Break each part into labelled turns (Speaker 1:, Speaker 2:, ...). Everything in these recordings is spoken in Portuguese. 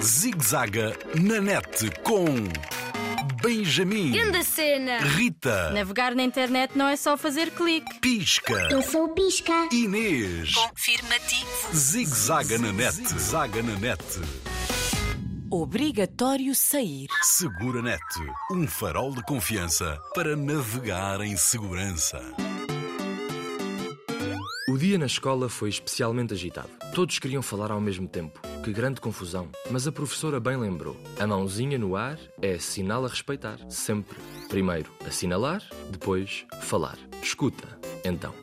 Speaker 1: Zigzaga na net com Benjamin,
Speaker 2: Grande cena!
Speaker 1: Rita,
Speaker 3: Navegar na internet não é só fazer clique.
Speaker 1: Pisca,
Speaker 4: Eu sou o Pisca.
Speaker 1: Inês.
Speaker 5: Confirmativo.
Speaker 1: Zigzaga na net, zaga na net.
Speaker 5: Obrigatório sair.
Speaker 1: Segura net, um farol de confiança para navegar em segurança.
Speaker 6: O dia na escola foi especialmente agitado. Todos queriam falar ao mesmo tempo. Que grande confusão. Mas a professora bem lembrou. A mãozinha no ar é sinal a respeitar. Sempre. Primeiro assinalar, depois falar. Escuta, então.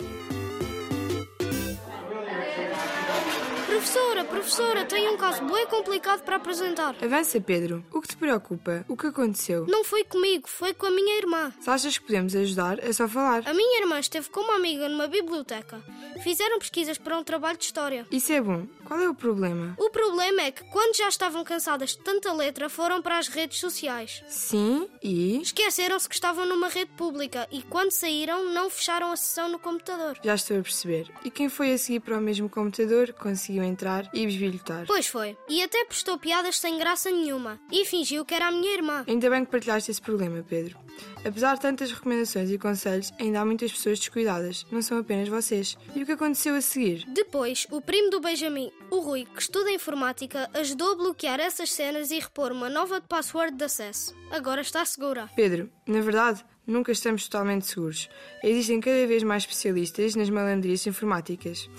Speaker 2: Professora, professora, tenho um caso bem complicado para apresentar.
Speaker 7: Avança, Pedro. O que te preocupa? O que aconteceu?
Speaker 2: Não foi comigo, foi com a minha irmã.
Speaker 7: Se achas que podemos ajudar, é só falar.
Speaker 2: A minha irmã esteve com uma amiga numa biblioteca. Fizeram pesquisas para um trabalho de história.
Speaker 7: Isso é bom. Qual é o problema?
Speaker 2: O problema é que, quando já estavam cansadas de tanta letra, foram para as redes sociais.
Speaker 7: Sim, e
Speaker 2: Esqueceram-se que estavam numa rede pública e, quando saíram, não fecharam a sessão no computador.
Speaker 7: já estou a perceber. E quem foi a seguir para o mesmo computador conseguiu entrar e bisbilhotar.
Speaker 2: Pois foi. E até postou piadas sem graça nenhuma. E fingiu que era a minha irmã.
Speaker 7: Ainda bem que partilhaste esse problema, Pedro. Apesar de tantas recomendações e conselhos, ainda há muitas pessoas descuidadas, não são apenas vocês. E o que aconteceu a seguir?
Speaker 2: Depois, o primo do Benjamin, o Rui, que estuda informática, ajudou a bloquear essas cenas e repor uma nova password de acesso. Agora está segura.
Speaker 7: Pedro, na verdade, nunca estamos totalmente seguros. Existem cada vez mais especialistas nas malandrias informáticas.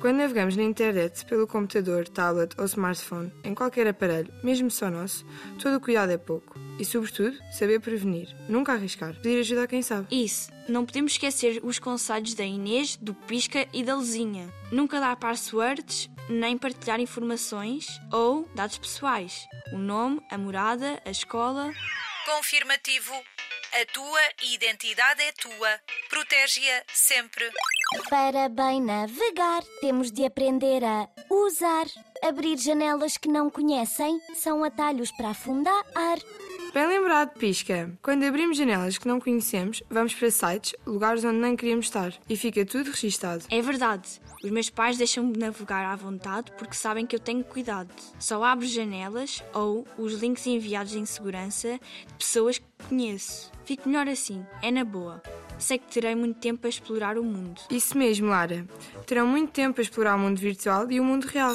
Speaker 7: Quando navegamos na internet, pelo computador, tablet ou smartphone, em qualquer aparelho, mesmo só nosso, todo o cuidado é pouco. E, sobretudo, saber prevenir. Nunca arriscar. Pedir ajuda a quem sabe.
Speaker 8: Isso, não podemos esquecer os conselhos da Inês, do Pisca e da Luzinha. Nunca dar passwords, nem partilhar informações ou dados pessoais. O nome, a morada, a escola.
Speaker 5: Confirmativo. A tua identidade é tua. Protege-a sempre.
Speaker 4: Para bem navegar, temos de aprender a usar. Abrir janelas que não conhecem são atalhos para afundar.
Speaker 7: Bem lembrado, Pisca. Quando abrimos janelas que não conhecemos, vamos para sites, lugares onde nem queríamos estar. E fica tudo registado.
Speaker 8: É verdade, os meus pais deixam-me navegar à vontade porque sabem que eu tenho cuidado. Só abro janelas ou os links enviados em segurança de pessoas que conheço. Fico melhor assim, é na boa. Sei que terei muito tempo a explorar o mundo.
Speaker 7: Isso mesmo, Lara. Terão muito tempo a explorar o mundo virtual e o mundo real.